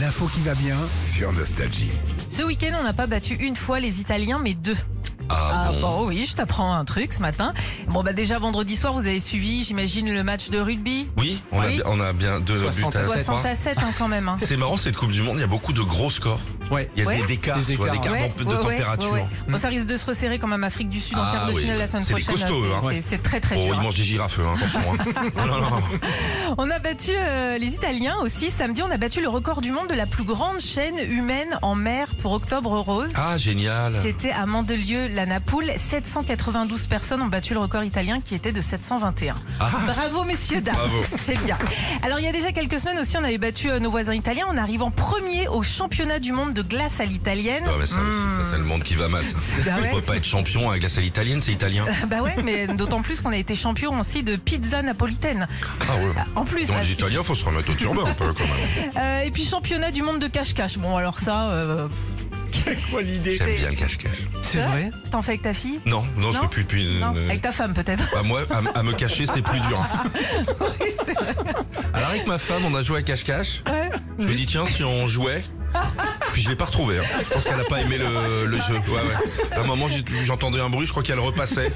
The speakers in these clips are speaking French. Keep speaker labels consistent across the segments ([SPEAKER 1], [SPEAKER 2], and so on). [SPEAKER 1] L'info qui va bien.
[SPEAKER 2] sur Nostalgie.
[SPEAKER 3] Ce week-end, on n'a pas battu une fois les Italiens, mais deux.
[SPEAKER 2] Ah,
[SPEAKER 3] Ah
[SPEAKER 2] bon.
[SPEAKER 3] bon, oui, je t'apprends un truc ce matin. Bon bah déjà vendredi soir, vous avez suivi, j'imagine, le match de rugby.
[SPEAKER 2] Oui, on,
[SPEAKER 3] Oui.
[SPEAKER 2] A, on a bien deux buts à 7
[SPEAKER 3] 60 à 7 hein, quand même. hein.
[SPEAKER 2] C'est marrant cette Coupe du Monde, il y a beaucoup de gros scores.
[SPEAKER 1] Ouais.
[SPEAKER 2] Il y a
[SPEAKER 3] Ouais.
[SPEAKER 2] des, écarts,
[SPEAKER 1] Des
[SPEAKER 2] tu vois, des
[SPEAKER 1] écarts,
[SPEAKER 2] écarts d'emp-
[SPEAKER 3] Ouais,
[SPEAKER 2] de
[SPEAKER 3] ouais, ouais,
[SPEAKER 2] température.
[SPEAKER 3] ouais, ouais. Bon, ça risque de se resserrer comme même Afrique du Sud en
[SPEAKER 2] Ah
[SPEAKER 3] quart de
[SPEAKER 2] oui,
[SPEAKER 3] finale la semaine
[SPEAKER 2] c'est des
[SPEAKER 3] prochaine.
[SPEAKER 2] costauds, eux, hein.
[SPEAKER 3] c'est- c'est- c'est très très
[SPEAKER 2] Oh,
[SPEAKER 3] dur.
[SPEAKER 2] ils
[SPEAKER 3] hein.
[SPEAKER 2] mangent des girafes, eux, hein, attention. hein. Oh là là.
[SPEAKER 3] On a battu euh, les Italiens aussi. Samedi, on a battu le record du monde de la plus grande chaîne humaine en mer pour Octobre Rose.
[SPEAKER 2] Ah, génial.
[SPEAKER 3] C'était à Mandelieu, la Napoule. 792 personnes ont battu le record italien qui était de 721.
[SPEAKER 2] Ah,
[SPEAKER 3] Bravo, messieurs, dames.
[SPEAKER 2] bravo.
[SPEAKER 3] C'est bien. Alors, il y a déjà quelques semaines aussi, on avait battu euh, nos voisins italiens. On arrive en premier au championnat du monde de glace à l'italienne.
[SPEAKER 2] Ah, mais ça aussi,
[SPEAKER 3] Hmm.
[SPEAKER 2] ça, c'est le monde qui va mal. ça.
[SPEAKER 3] Bah ouais.
[SPEAKER 2] On peut pas être champion avec la salle italienne, c'est italien.
[SPEAKER 3] Bah ouais, mais d'autant plus qu'on a été champion aussi de pizza napolitaine.
[SPEAKER 2] Ah ouais.
[SPEAKER 3] En plus.
[SPEAKER 2] Donc
[SPEAKER 3] euh,
[SPEAKER 2] les Italiens, faut se remettre au turbin un peu quand même.
[SPEAKER 3] euh, et puis championnat du monde de cache-cache. Bon, alors ça, euh,
[SPEAKER 1] Quoi l'idée
[SPEAKER 2] J'aime bien le cache-cache.
[SPEAKER 1] C'est vrai
[SPEAKER 3] t'en fais avec ta fille
[SPEAKER 2] Non, non, je
[SPEAKER 3] Non
[SPEAKER 2] fais plus depuis. une-
[SPEAKER 3] Non, avec ta femme peut-être.
[SPEAKER 2] Bah, moi, à, à me cacher, c'est plus dur.
[SPEAKER 3] c'est
[SPEAKER 2] Alors avec ma femme, on a joué à cache-cache. Je lui ai dit tiens, si on jouait. Puis je l'ai pas retrouvée. hein. Je pense qu'elle a pas aimé le, le jeu. Ouais, ouais. À un moment, j'ai- j'entendais un bruit. Je crois qu'elle repassait.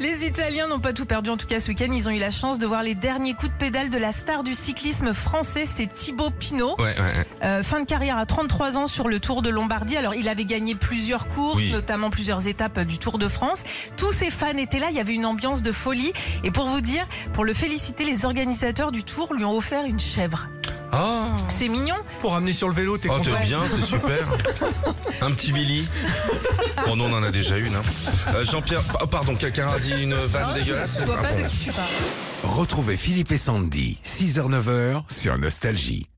[SPEAKER 3] Les Italiens n'ont pas tout perdu en tout cas ce week-end. Ils ont eu la chance de voir les derniers coups de pédale de la star du cyclisme français, c'est Thibaut Pinot.
[SPEAKER 2] Ouais, ouais, ouais.
[SPEAKER 3] Euh, fin de carrière à 33 ans sur le Tour de Lombardie. Alors il avait gagné plusieurs courses,
[SPEAKER 2] Oui.
[SPEAKER 3] notamment plusieurs étapes du Tour de France. Tous ses fans étaient là, il y avait une ambiance de folie. Et pour vous dire, pour le féliciter, les organisateurs du Tour lui ont offert une chèvre. C'est mignon.
[SPEAKER 1] Pour ramener sur le vélo, t'es
[SPEAKER 2] Oh,
[SPEAKER 1] content
[SPEAKER 2] t'es bien, t'es super. Un petit Billy. Bon, non, on en a déjà une. Hein. Euh, Jean-Pierre, oh, pardon, quelqu'un a dit une vanne
[SPEAKER 3] Hein,
[SPEAKER 2] dégueulasse.
[SPEAKER 3] je vois
[SPEAKER 2] Ah,
[SPEAKER 3] pas
[SPEAKER 2] bon.
[SPEAKER 3] de qui tu parles.
[SPEAKER 4] Retrouvez Philippe et Sandy, 6h-9h sur Nostalgie.